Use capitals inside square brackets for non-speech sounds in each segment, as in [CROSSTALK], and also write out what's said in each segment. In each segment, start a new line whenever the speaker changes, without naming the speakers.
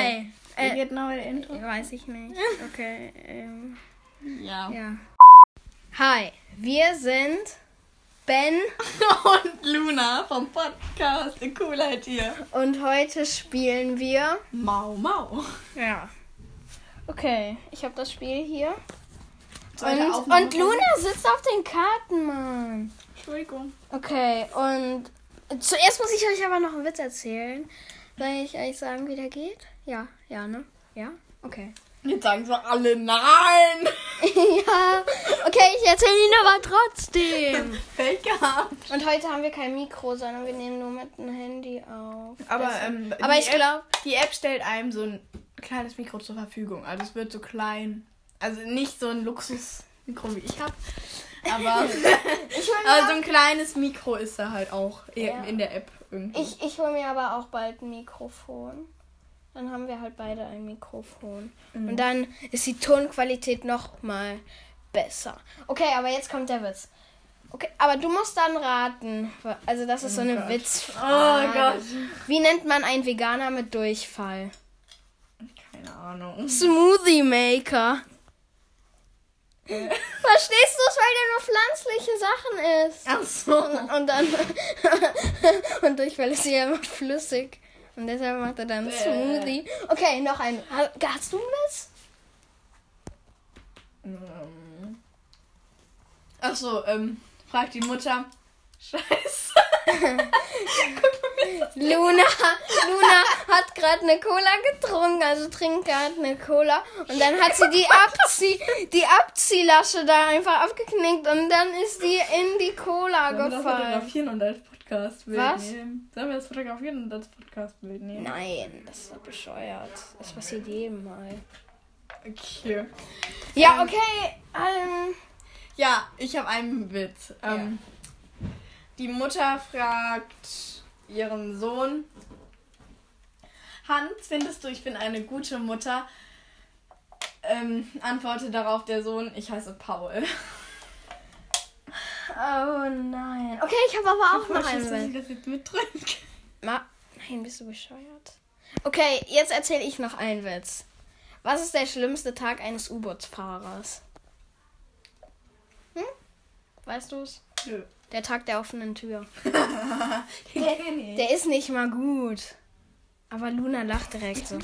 Wie
Äh,
geht noch der Intro?
Weiß ich nicht. Okay. Ähm,
Ja.
ja. Hi, wir sind Ben
[LAUGHS] Und Luna vom Podcast The Coolheit hier.
und heute spielen wir.
Mau Mau.
Ja. Okay, ich habe das Spiel hier.
Zweite
Und,
Aufnahme.
und Luna sitzt auf den Karten, Mann.
Entschuldigung.
Okay, und zuerst muss ich euch aber noch einen Witz erzählen. Soll ich euch sagen, wie der geht? Ja, ja, ne? Ja? Okay. [LAUGHS]
Jetzt sagen sie alle nein. [LAUGHS]
ja, okay, ich erzähle ihn aber trotzdem.
Fake gehabt.
Und heute haben wir kein Mikro, sondern wir nehmen nur mit dem Handy auf.
Aber,
Deshalb-
ähm,
aber
die
ich
App-
glaube,
Die App stellt einem so ein kleines Mikro zur Verfügung. Also es wird so klein. Also nicht so ein Luxusmikro wie ich habe. [LAUGHS] Aber,
ich hole
aber
mir,
so ein kleines Mikro ist da halt auch in-
Ja.
in der App irgendwie.
ich, ich hol mir aber auch bald ein Mikrofon. Dann haben wir halt beide ein Mikrofon.
Mhm.
Und dann ist die Tonqualität noch mal besser. Okay, aber jetzt kommt der Witz. Okay, aber du musst dann raten. Also das ist so eine
Oh Gott.
Witzfrage.
oh Gott.
Wie nennt man einen Veganer mit Durchfall?
Keine Ahnung.
Smoothie Maker. [LAUGHS] Verstehst du es, weil der nur pflanzliche Sachen isst?
Ach so.
Und, und dann. [LAUGHS] und Durchfall ist ja immer flüssig. Und deshalb macht er dann
Bäh.
Smoothie. Okay, noch ein. Ha- Hast du was?
Ähm. Ach so, ähm, fragt die Mutter. Scheiße.
Luna, [LAUGHS] Luna hat gerade eine Cola getrunken, also trinkt gerade eine Cola und dann hat sie die, Abzieh, die Abziehlasche da einfach abgeknickt und dann ist die in die Cola
Sollen wir das
gefallen.
fotografieren und als Podcastbild
Was?
nehmen? Sollen wir das fotografieren und als Podcastbild nehmen?
Nein, das ist doch bescheuert. Das passiert jedem Mal.
Okay.
Ja, okay. Ähm,
Ja, ich habe einen Witz. Ähm, Die Mutter fragt ihren Sohn: Hans, findest du, ich bin eine gute Mutter? Ähm, antwortet darauf der Sohn: Ich heiße Paul.
oh nein. Okay, ich habe aber
[LAUGHS]
auch noch einen Witz.
das jetzt mit drin.
Ma nein, bist du bescheuert? Okay, jetzt erzähle ich noch einen Witz. Was ist der schlimmste Tag eines U-Bootsfahrers? Hm? Weißt du's?
[LAUGHS] Nö.
Der Tag der offenen Tür.
Den kenn ich.
Der ist nicht mal gut. Aber Luna lacht direkt so.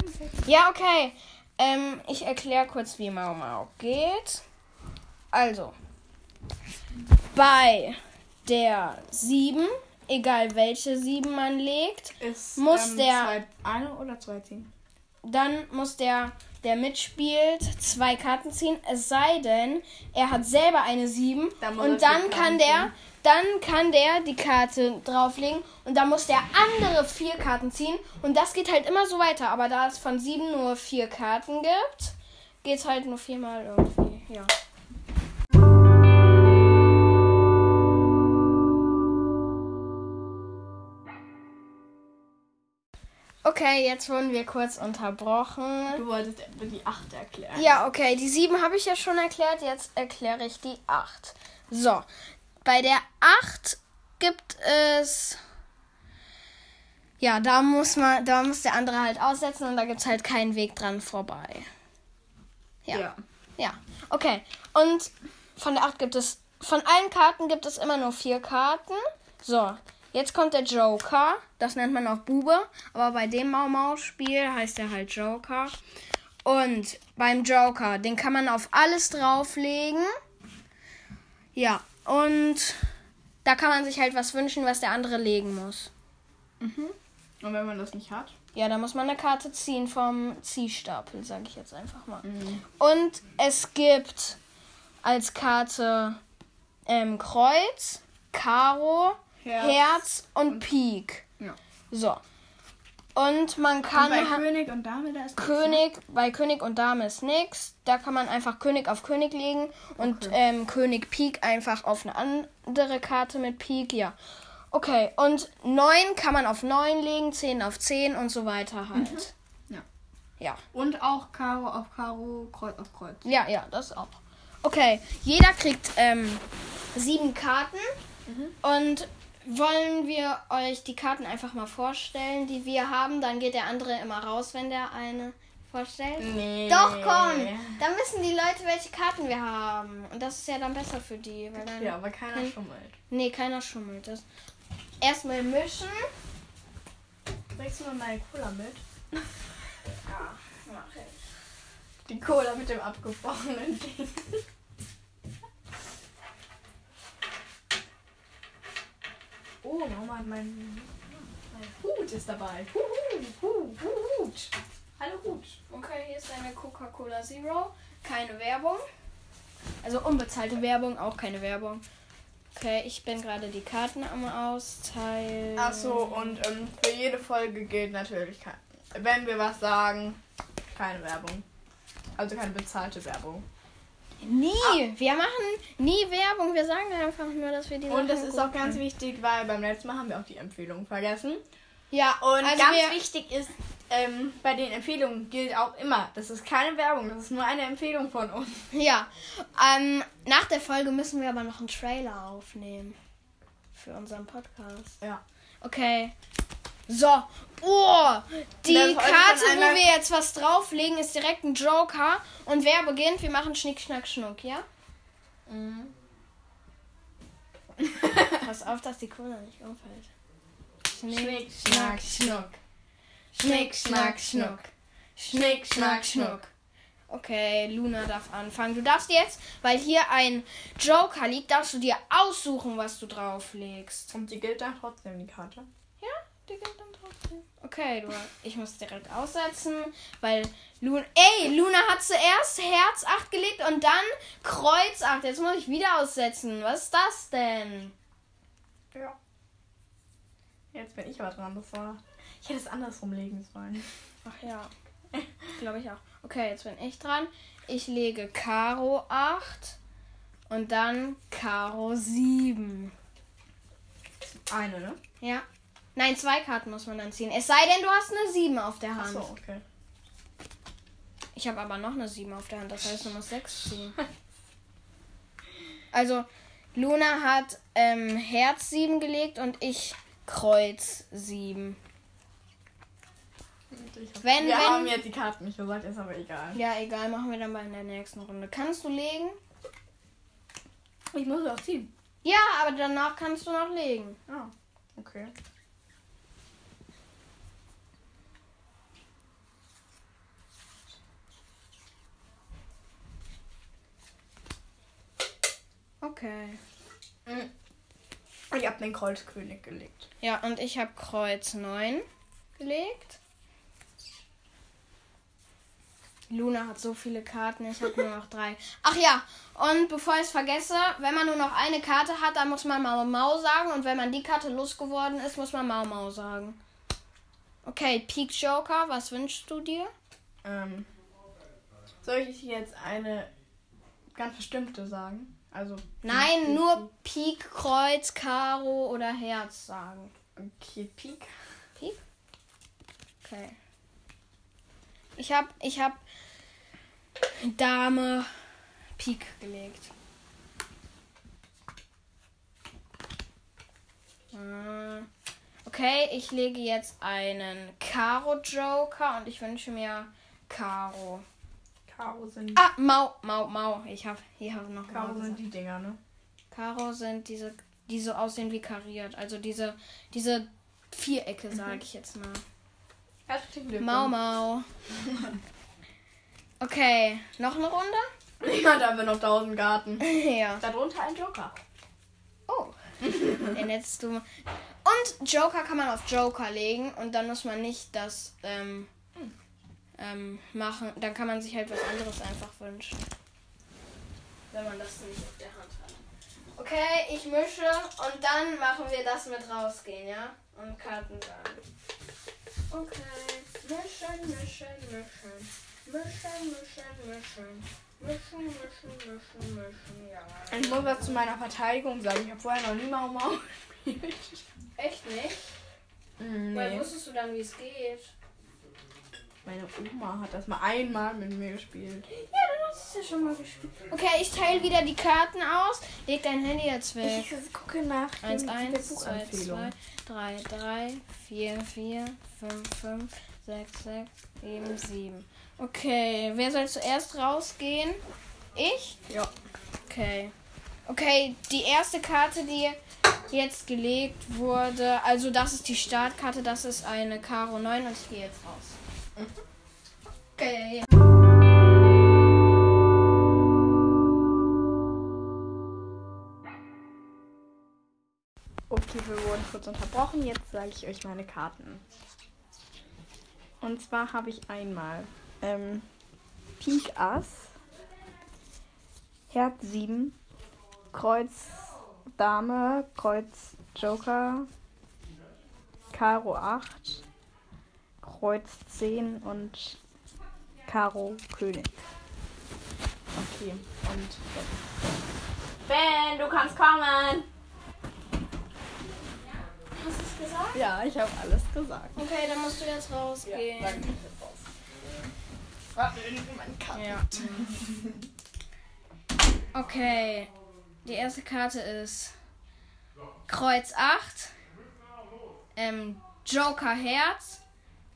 Ja, okay. Ähm, ich erkläre kurz, wie Mau Mau geht. Also, bei der 7, egal welche 7 man legt,
Ist,
Muss der-
ähm, Zwei, eine oder zwei ziehen?
Dann muss der, der mitspielt, zwei Karten ziehen. Es sei denn, er hat selber eine 7.
Dann muss er
und dann kann
vier Karten
der, dann kann der die Karte drauflegen. Und dann muss der andere vier Karten ziehen. Und das geht halt immer so weiter. Aber da es von 7 nur vier Karten gibt, geht es halt nur viermal irgendwie. Ja. Okay, jetzt wurden wir kurz unterbrochen.
Du wolltest die acht erklären.
Ja, okay, die 7 habe ich ja schon erklärt, jetzt erkläre ich die 8. So, bei der 8 gibt es. Ja, da muss man, da muss der andere halt aussetzen und da gibt es halt keinen Weg dran vorbei. Ja. ja. Okay. Und von der 8 gibt es. Von allen Karten gibt es immer nur vier Karten. So, jetzt kommt der Joker. Das nennt man auch Bube. Aber bei dem Mau Mau-Spiel heißt er halt Joker. Und beim Joker, den kann man auf alles drauflegen. Ja, und da kann man sich halt was wünschen, was der andere legen muss.
Und wenn man das nicht hat?
Ja, da muss man eine Karte ziehen vom Ziehstapel, sage ich jetzt einfach mal.
Mhm.
Und es gibt als Karte ähm, Kreuz, Karo,
Herz.
Herz und Pik.
Ja.
So. Und man
Und
kann.
bei
ha-
König und Dame, da ist
König, bei König und Dame ist nix. Da kann man einfach König auf König legen und ähm, König Pik einfach auf eine andere Karte mit Pik, ja. Okay, und 9 kann man auf 9 legen, 10 auf 10 und so weiter halt.
Ja.
Ja,
Und auch Karo auf Karo, Kreuz auf Kreuz.
ja, ja, das auch. Okay, jeder kriegt ähm, sieben Karten. Und wollen wir euch die Karten einfach mal vorstellen, die wir haben? Dann geht der andere immer raus, wenn der eine vorstellen?
Nee.
Doch, komm. Dann wissen die Leute, welche Karten wir haben. Und das ist ja dann besser für die. Weil dann,
Ja, aber keiner schummelt.
Nee, keiner schummelt. Das erstmal mischen.
Bringst du mir meine Cola [LAUGHS] mit?
Ja, mach ich.
Die Cola mit dem abgebrochenen Ding. Oh, Mama hat mein, mein Hut ist dabei. Huhu, hu, hu, Hut. Hallo Hut.
Okay, hier ist eine Coca-Cola Zero. Keine Werbung. Also unbezahlte Werbung, auch keine Werbung. Okay, ich bin gerade die Karten am Austeilen.
Achso, und ähm, für jede Folge gilt natürlich, kein, wenn wir was sagen, keine Werbung. Also keine bezahlte Werbung.
Nie! Wir machen nie Werbung. Wir sagen einfach nur, dass wir die
Und das
Sachen
ist
gut
auch ganz wichtig, weil beim letzten Mal haben wir auch die Empfehlung vergessen.
Ja,
Und
also
ganz
wir,
wichtig ist, ähm, bei den Empfehlungen gilt auch immer, das ist keine Werbung, das ist nur eine Empfehlung von uns.
Ja, ähm, nach der Folge müssen wir aber noch einen Trailer aufnehmen. Für unseren Podcast.
Ja.
Okay. So. Oh, die
Das wollte ich
Karte,
schon
wo
einmal-
wir jetzt was drauflegen, ist direkt ein Joker. Und wer beginnt? Wir machen Schnick, Schnack, Schnuck,
[LAUGHS]
ja?
Mhm.
Pass auf, dass die Cola nicht umfällt.
Schnick, schnack, schnuck. Schnick, schnack, schnuck.
Schnick, schnack, schnuck. Okay, Luna darf anfangen. Du darfst jetzt, weil hier ein Joker liegt, darfst du dir aussuchen, was du drauflegst.
Und die gilt dann trotzdem, die Karte.
Ja, die gilt dann trotzdem. Okay, du, ich muss direkt aussetzen, weil Luna. Ey, Luna hat zuerst Herz 8 gelegt und dann Kreuz 8. Jetzt muss ich wieder aussetzen. Was ist das denn?
Ja. Jetzt bin ich aber dran, das war. Ich hätte es andersrum legen sollen.
Ach ja. [LAUGHS] Glaube ich auch. Okay, jetzt bin ich dran. Ich lege Karo 8 und dann Karo 7.
Eine, ne?
Ja. Nein, zwei Karten muss man dann ziehen. Es sei denn, du hast eine 7 auf der Hand.
Achso, okay.
Ich habe aber noch eine 7 auf der Hand. Das heißt, du musst 6 ziehen. Also, Luna hat ähm, Herz 7 gelegt und ich Kreuz 7. Wenn-
wir
wenn-
haben jetzt die Karten nicht gesagt, ist aber egal.
Ja, egal, machen wir dann bei in der nächsten Runde. Kannst du legen?
Ich muss auch ziehen.
Ja, aber danach kannst du noch legen.
Ah, okay.
Okay.
Ich hab den Kreuzkönig gelegt.
Ja, und ich habe Kreuz 9 gelegt. Luna hat so viele Karten, ich habe nur noch drei. Ach ja, und bevor ich es vergesse, wenn man nur noch eine Karte hat, dann muss man Mau Mau sagen. Und wenn man die Karte losgeworden ist, muss man Mau Mau sagen. Okay, Peak Joker, was wünschst du dir?
Ähm, soll ich jetzt eine ganz bestimmte sagen? Also.
Nein, nur Pik, Kreuz, Karo oder Herz sagen.
Okay, Pik.
Piep. Okay. Ich hab, ich hab Dame Pik gelegt. Ah. Okay, ich lege jetzt einen Karo Joker und ich wünsche mir Karo.
Karo sind.
Ah, Mau, Mau, Mau. Ich hab, hier hab noch Mau
Karo
gesagt.
sind die Dinger, ne?
Karo sind diese, die so aussehen wie kariert. Also diese, diese Vierecke, sage
Mhm.
ich jetzt mal.
Herzlichen Glückwunsch.
Mau Mau. Okay, noch eine Runde?
[LAUGHS] Ja, da haben wir noch 1000 Garten.
ja.
Darunter ein Joker.
Oh. [LAUGHS] Dann hättest du. Und Joker kann man auf Joker legen und dann muss man nicht das ähm, ähm, machen. Dann kann man sich halt was anderes einfach wünschen. Wenn man das nicht auf der Hand hat. Okay, ich mische und dann machen wir das mit rausgehen, ja? Und Karten sagen. Okay, mischen, mischen, mischen. Mischen, mischen, mischen. Mischen, mischen, mischen, mischen, ja.
Ich muss was zu meiner Verteidigung sagen. Ich habe vorher noch nie Mau Mau gespielt.
Echt nicht? Woher
Hm, Nee.
wusstest du dann, wie es geht?
Meine Oma hat das mal einmal mit mir gespielt.
Ja, dann hast du es ja schon mal gespielt. Okay, ich teile wieder die Karten aus. Leg dein Handy jetzt weg.
gucke nach
1, 1, 2, 2, 3, 3, 4, 4, 5, 5, 6, 6, 7, 7. Okay, wer soll zuerst rausgehen? Ich?
Ja.
Okay. Okay, die erste Karte, die jetzt gelegt wurde, also das ist die Startkarte, das ist eine Karo 9 und ich gehe jetzt raus. Okay.
Okay, wir wurden kurz unterbrochen. Jetzt sage ich euch meine Karten. Und zwar habe ich einmal ähm, Pik Ass, Herz 7, Kreuz Dame, Kreuz Joker, Karo 8, Kreuz 10 und Karo König. Okay, und Ben, du kannst kommen!
Hast du es gesagt?
Ja, ich habe alles gesagt.
Okay, dann musst du jetzt rausgehen. Ja. Okay. Die erste Karte ist Kreuz 8, ähm, Joker Herz,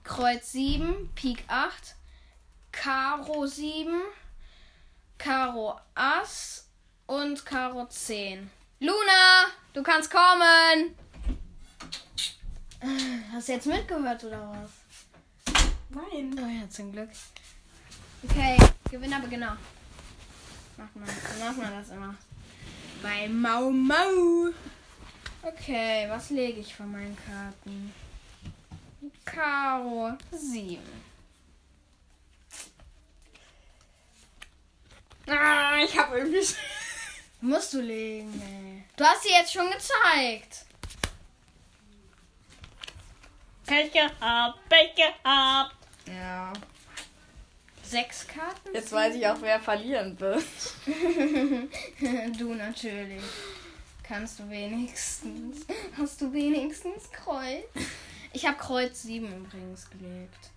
Kreuz 7, Pik 8, Karo 7, Karo Ass und Karo 10. Luna, du kannst kommen! Hast du jetzt mitgehört oder was?
Nein.
Oh ja, zum Glück. Okay, Gewinner, Beginner. Macht man, macht man das immer. Bei Mau Mau. Okay, was lege ich von meinen Karten? Karo 7.
Ah, ich habe irgendwie.
Musst du legen, ey. Du hast sie jetzt schon gezeigt.
Pech gehabt, Pech gehabt.
Ja.
Sechs Karten?
Jetzt weiß ich auch, wer verlieren wird.
[LAUGHS] du natürlich. Kannst du wenigstens. Hast du wenigstens Kreuz? Ich habe Kreuz 7 übrigens gelegt.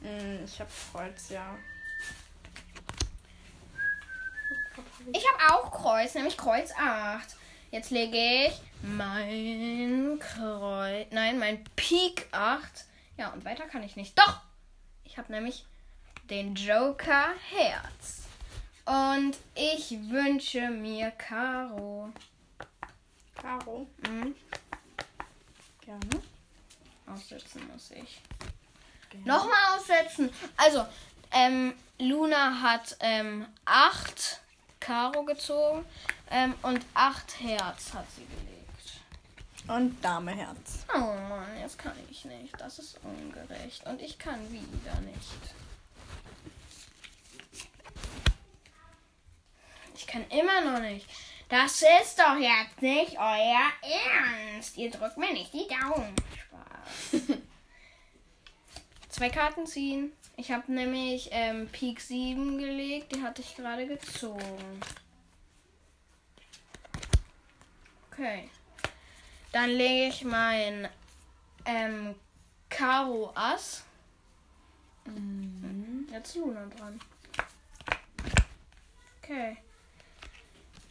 Mm, Ich habe Kreuz, ja.
Ich habe auch Kreuz, nämlich Kreuz 8. Jetzt lege ich mein Kreuz. Nein, mein Pik 8. Ja, und weiter kann ich nicht. Doch! Ich habe nämlich den Joker Herz. Und ich wünsche mir Karo.
Karo.
Hm,
Gerne.
aussetzen muss ich. Nochmal aussetzen. Also, ähm, Luna hat ähm, 8 Karo gezogen ähm, und 8 Herz hat sie gelegt.
Und Dame Herz.
Oh Mann, jetzt kann ich nicht. Das ist ungerecht. Und ich kann wieder nicht. Ich kann immer noch nicht. Das ist doch jetzt nicht euer Ernst. Ihr drückt mir nicht die Daumen. Spaß. Zwei Karten ziehen. Ich habe nämlich ähm, Pik 7 gelegt. Die hatte ich gerade gezogen. Okay. Dann lege ich mein ähm, Karo Ass. Mhm, Jetzt ist Luna dran. Okay.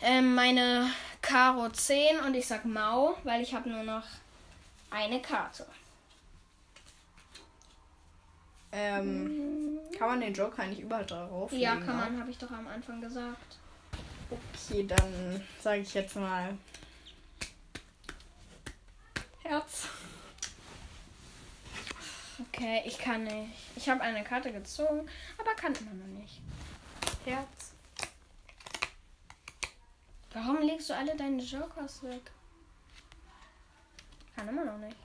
Ähm, meine Karo 10 und ich sag Mau, weil ich habe nur noch eine Karte.
Ähm, kann man den Joker nicht überall drauf
Ja,
legen,
kann
ne?
man, habe ich doch am Anfang gesagt.
Okay, dann sage ich jetzt mal. Herz.
Okay, ich kann nicht. Ich habe eine Karte gezogen, aber kann immer noch nicht.
Herz.
Warum legst du alle deine Jokers weg? Kann immer noch
[LAUGHS]
nicht.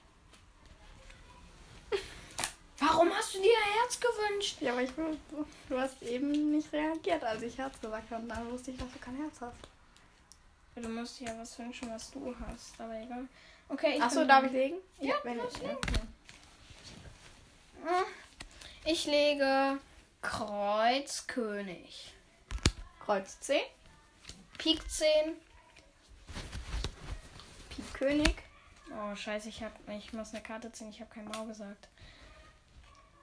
Warum hast du dir Herz gewünscht?
Ja, aber ich wus- du hast eben nicht reagiert, als ich Herz gesagt habe. Und dann wusste ich, dass du kein Herz hast.
Du musst ja was wünschen, was du hast, aber egal. Okay, ich
Achso,
bin
darf ich
dran.
legen?
Ja,
wenn
du darfst
ich. ne?
Hm? Ich lege Kreuz König.
Kreuz 10,
Pik 10.
Pik König.
Oh, scheiße, ich, hab, ich muss eine Karte ziehen. Ich habe kein Mau gesagt.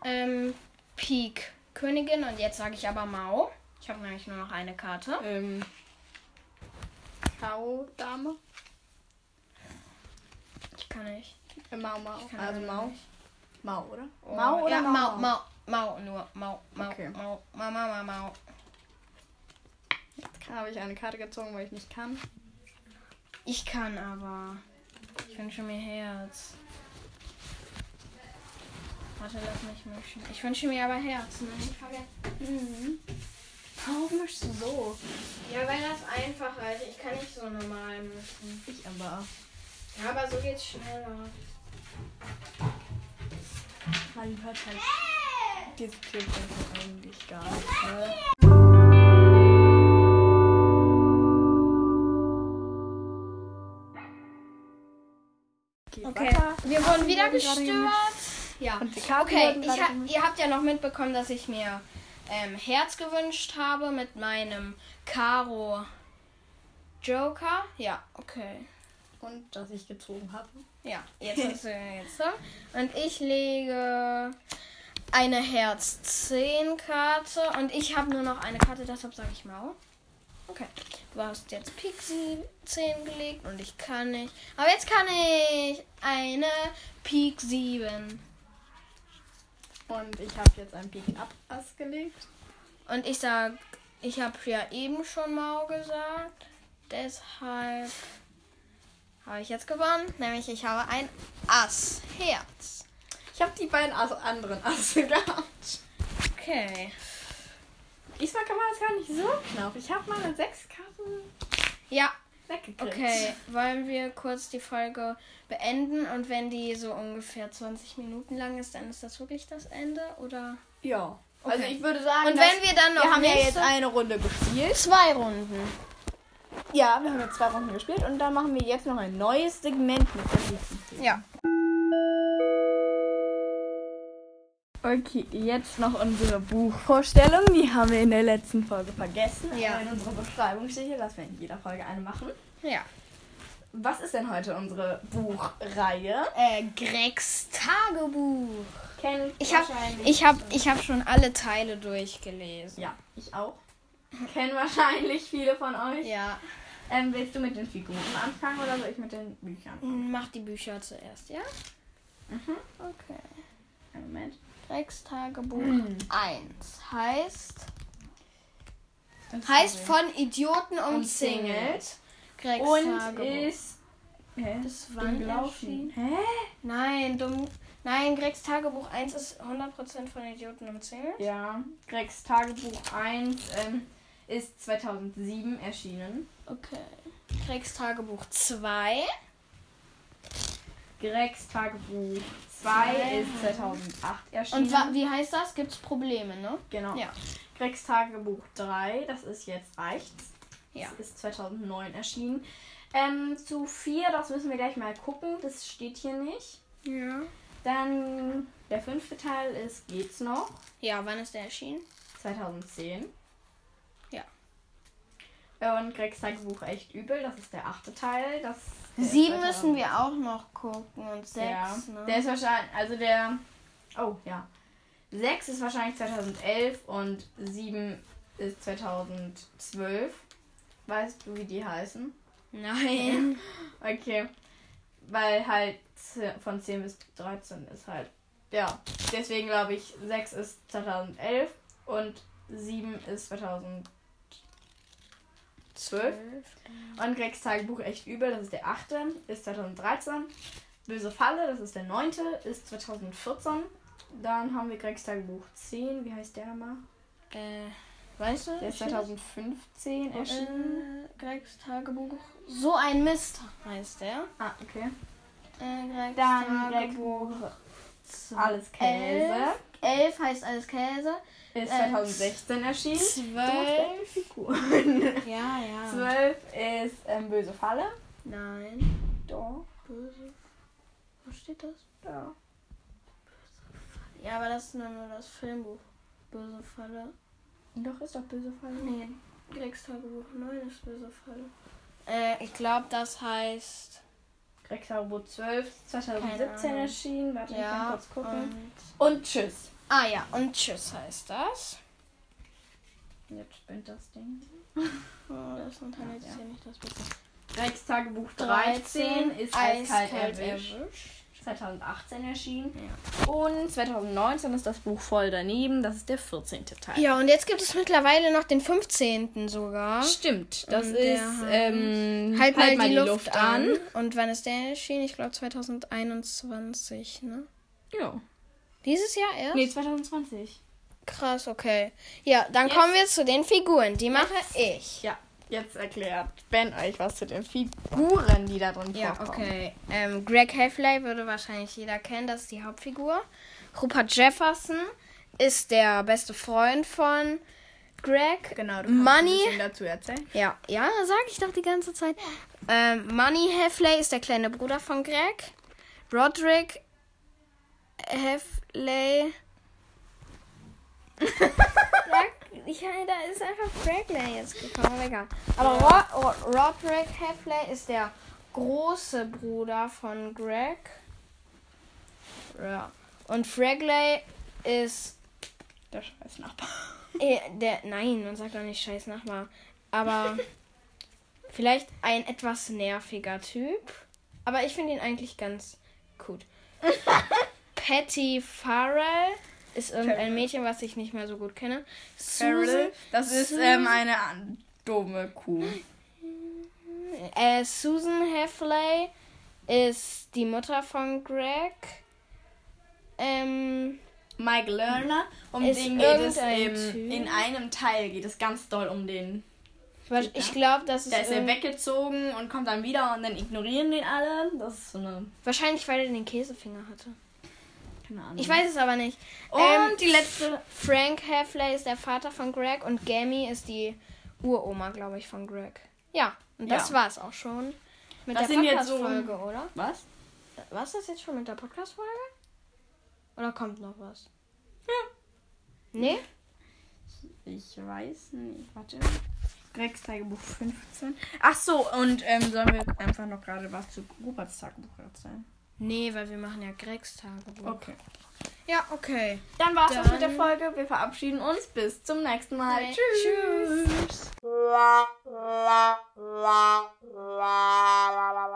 Ähm, Pik Königin und jetzt sage ich aber Mau. Ich habe nämlich nur noch eine Karte.
Ähm. Karo Dame.
Ich kann nicht.
Äh, Mau Mau.
kann
Also
den
Mau. Mau, oder? Mau oder
Oh, ja,
Mau?
Mau, Mau, Mau, nur Mau, Mau,
Okay.
Mau, Mau, Mau, Mau, Mau.
Jetzt habe ich eine Karte gezogen, weil ich nicht kann.
Ich kann aber. Ich wünsche mir Herz. Warte, lass mich mischen. Ich wünsche mir aber Herz, ne? Ich vergesse. Mhm.
Warum mischst du so?
Ja, weil das einfacher ist. Ich kann nicht so normal mischen.
Ich aber.
Ja, aber so geht's schneller.
Man hört halt diese Türklinke eigentlich gar nicht. Ne? Geht
Okay.
weiter.
Wir wurden wieder
werden gerade
gestört. Ja.
Und die Karten
Okay,
werden
ich
gerade
ha
gemischt.
ihr habt ja noch mitbekommen, dass ich mir ähm, Herz gewünscht habe mit meinem Karo Joker. Ja, okay.
Und dass ich gezogen habe.
Ja, jetzt hast du [LAUGHS] jetzt. so. Und ich lege eine Herz 10 Karte und ich habe nur noch eine Karte, deshalb sage ich Mau. Okay. Du hast jetzt Pixie 10 gelegt und ich kann nicht. Aber jetzt kann ich eine Pik 7.
Und ich habe jetzt ein Pik Up Ass gelegt.
Und ich sag, ich habe ja eben schon Mau gesagt. Deshalb habe ich jetzt gewonnen. Nämlich ich habe ein Ass. Herz.
Ich habe die beiden Ass anderen Asse [LAUGHS] gehabt.
Okay.
Diesmal kann man das gar nicht so knapp. Ich habe meine sechs Karten
Ja,
weggekriegt.
okay. Wollen wir kurz die Folge beenden? Und wenn die so ungefähr 20 Minuten lang ist, dann ist das wirklich das Ende? Oder?
Ja. Also
Okay.
ich würde sagen,
Und
dass-
wenn wir dann noch
wir haben ja jetzt
nächste-
eine Runde gespielt.
Zwei Runden.
Ja, wir haben jetzt zwei Runden gespielt und dann machen wir jetzt noch ein neues Segment mit den Liebsten.
Ja.
Okay, jetzt noch unsere Buchvorstellung. Die haben wir in der letzten Folge vergessen.
Ja.
Aber in unserer Beschreibung steht hier, dass wir in jeder Folge eine machen.
Ja.
Was ist denn heute unsere Buchreihe?
Äh, Gregs Tagebuch.
Kennt
Ich habe
wahrscheinlich-
ich hab, ich hab schon alle Teile durchgelesen.
Ja, ich auch. Kennen wahrscheinlich viele von euch.
Ja.
Ähm, willst du mit den Figuren anfangen oder soll ich mit den Büchern?
Mach die Bücher zuerst, ja? Okay.
Einen Moment.
Drecks Tagebuch 1 heißt. Heißt von Idioten umzingelt. Gregs
Und
Tagebuch.
ist. Hä?
Bis wann
gelaufen?
erschienen?
Hä?
Nein, dumm. Nein, Gregs Tagebuch 1 ist 100% von Idioten umzingelt.
Ja. Gregs Tagebuch 1 ähm, ist 2007 erschienen.
Okay. Gregs Tagebuch 2.
Gregs Tagebuch 2
Zwei.
ist 2008 erschienen.
Und wa- wie heißt das? Gibt's Probleme, ne?
genau.
Ja.
Gregs Tagebuch 3, das ist jetzt rechts.
Ja.
Das ist 2009 erschienen. Ähm, zu 4, das müssen wir gleich mal gucken. Das steht hier nicht.
Ja.
Dann der fünfte Teil ist Geht's noch?
Ja, wann ist der erschienen?
2010.
Ja.
Und Gregs Tagebuch echt übel, das ist der achte Teil. Das der ist
Sieben
2000.
müssen wir auch noch gucken und
ja.
sechs, ne?
Der ist wahrscheinlich, also der, oh ja. Sechs ist wahrscheinlich 2011 und sieben ist 2012. Weißt du, wie die heißen?
Nein.
Okay. Weil halt ze- von 10 bis 13 ist halt. Ja. Deswegen glaube ich, 6 ist 2011 und 7 ist 2012.
Mhm.
Und Gregs Tagebuch echt übel, das ist der 8. ist 2013. Böse Falle, das ist der 9. ist 2014. Dann haben wir Gregs Tagebuch 10. Wie heißt der mal?
Äh, weißt du?
Der ist 2015 erschienen.
Äh, Gregs Tagebuch. So ein Mist heißt der.
Ah, okay.
Äh, Gregs
Dann Gregs
Tagebuch.
Buch Alles Käse.
Elf. Elf heißt alles Käse.
Ist
Ähm,
2016 erschienen.
Zwölf. Ah.
Figuren.
Ja, ja.
12 ist ähm, Böse Falle.
Nein.
Da,
Böse. Wo steht das?
da.
Ja, aber das ist nur, nur das Filmbuch. Böse Falle.
Doch, ist doch Böse Falle.
Nee, Gregs Tagebuch 9 ist böse Falle. Äh, ich glaube, das heißt.
Greg Tagebuch 12 ist
Also um
2017
Ahnung.
erschienen. Warte, ich kann
Ja,
kurz gucken.
und.
Und, tschüss.
Ah ja, und Tschüss heißt das.
Jetzt spinnt das Ding.
Oh, das Internet
Ja,
ist ja nicht das Beste.
Gregs Tagebuch 13 ist eiskalt erwischt. 2018 erschienen. Und 2019 ist das Buch voll daneben. Das ist der 14. Teil.
Ja, und jetzt gibt es mittlerweile noch den 15. sogar.
Stimmt, das
Und der
ist ähm,
Halt, mal, die, Luft, an. Und wann ist der erschienen? Ich glaube 2021, ne?
Ja.
Dieses Jahr erst?
Nee, 2020.
Krass, okay. Ja, dann
Jetzt-
kommen wir zu den Figuren. Die mache ich.
Ja, jetzt erklärt Ben euch was zu den Figuren, die da drin
Ja,
vorkommen.
okay. Ähm, Greg Heffley würde wahrscheinlich jeder kennen, das ist die Hauptfigur. Rupert Jefferson ist der beste Freund von Greg.
Genau, du kannst ein
Money.
bisschen dazu erzählen.
Ja, ja, sag ich doch die ganze Zeit. Ähm, Money Heffley ist der kleine Bruder von Greg. Roderick Heffley. Sag- ich, da ist einfach Craigley jetzt gekommen, aber egal. Aber Ro Ro Roderick Heffley ist der große Bruder von Greg. Ja. Und Fragley ist
Der scheiß Nachbar.
äh, der, nein, man sagt doch nicht scheiß Nachbar. Aber vielleicht ein etwas nerviger Typ. Aber ich finde ihn eigentlich ganz
[LAUGHS]
gut. Patty Farrell ist irgendein Mädchen, was ich nicht mehr so gut kenne. Susan,
Carol, das ist ähm, eine an- dumme Kuh.
äh, Susan Heffley ist die Mutter von Greg. Ähm,
Mike Lerner, um
Ist
den geht es
irgendein
im,
Typ?
in einem Teil geht es ganz doll um den.
warte,
Geht
ich
da?
glaube, das ist,
Da ist er
irgend-
weggezogen und kommt dann wieder und dann ignorieren den alle. Das ist so eine.
wahrscheinlich, weil er den Käsefinger hatte.
Mhm. Keine Ahnung.
Ich weiß es aber nicht.
Und
ähm,
die letzte.
Frank Heffley ist der Vater von Greg und Gammy ist die Uroma, glaube ich, von Greg. Ja, und das
Ja.
war's auch schon mit
Das
der
sind jetzt so-
Podcast-Folge, oder?
Was?
War das jetzt schon mit der Podcast-Folge? Oder kommt noch was? Hm. Nee?
Ich weiß nicht. Warte. Gregs Tagebuch 15. Ach so, und ähm, sollen wir einfach noch gerade was zu Roberts Tagebuch erzählen?
Nee, weil wir machen ja Gregs Tagebuch.
Okay.
Ja, okay.
Dann war's das
Dann-
mit der Folge. Wir verabschieden uns. Bis zum nächsten Mal.
Okay.
Tschüss.
Tschüss.
la la la la la la la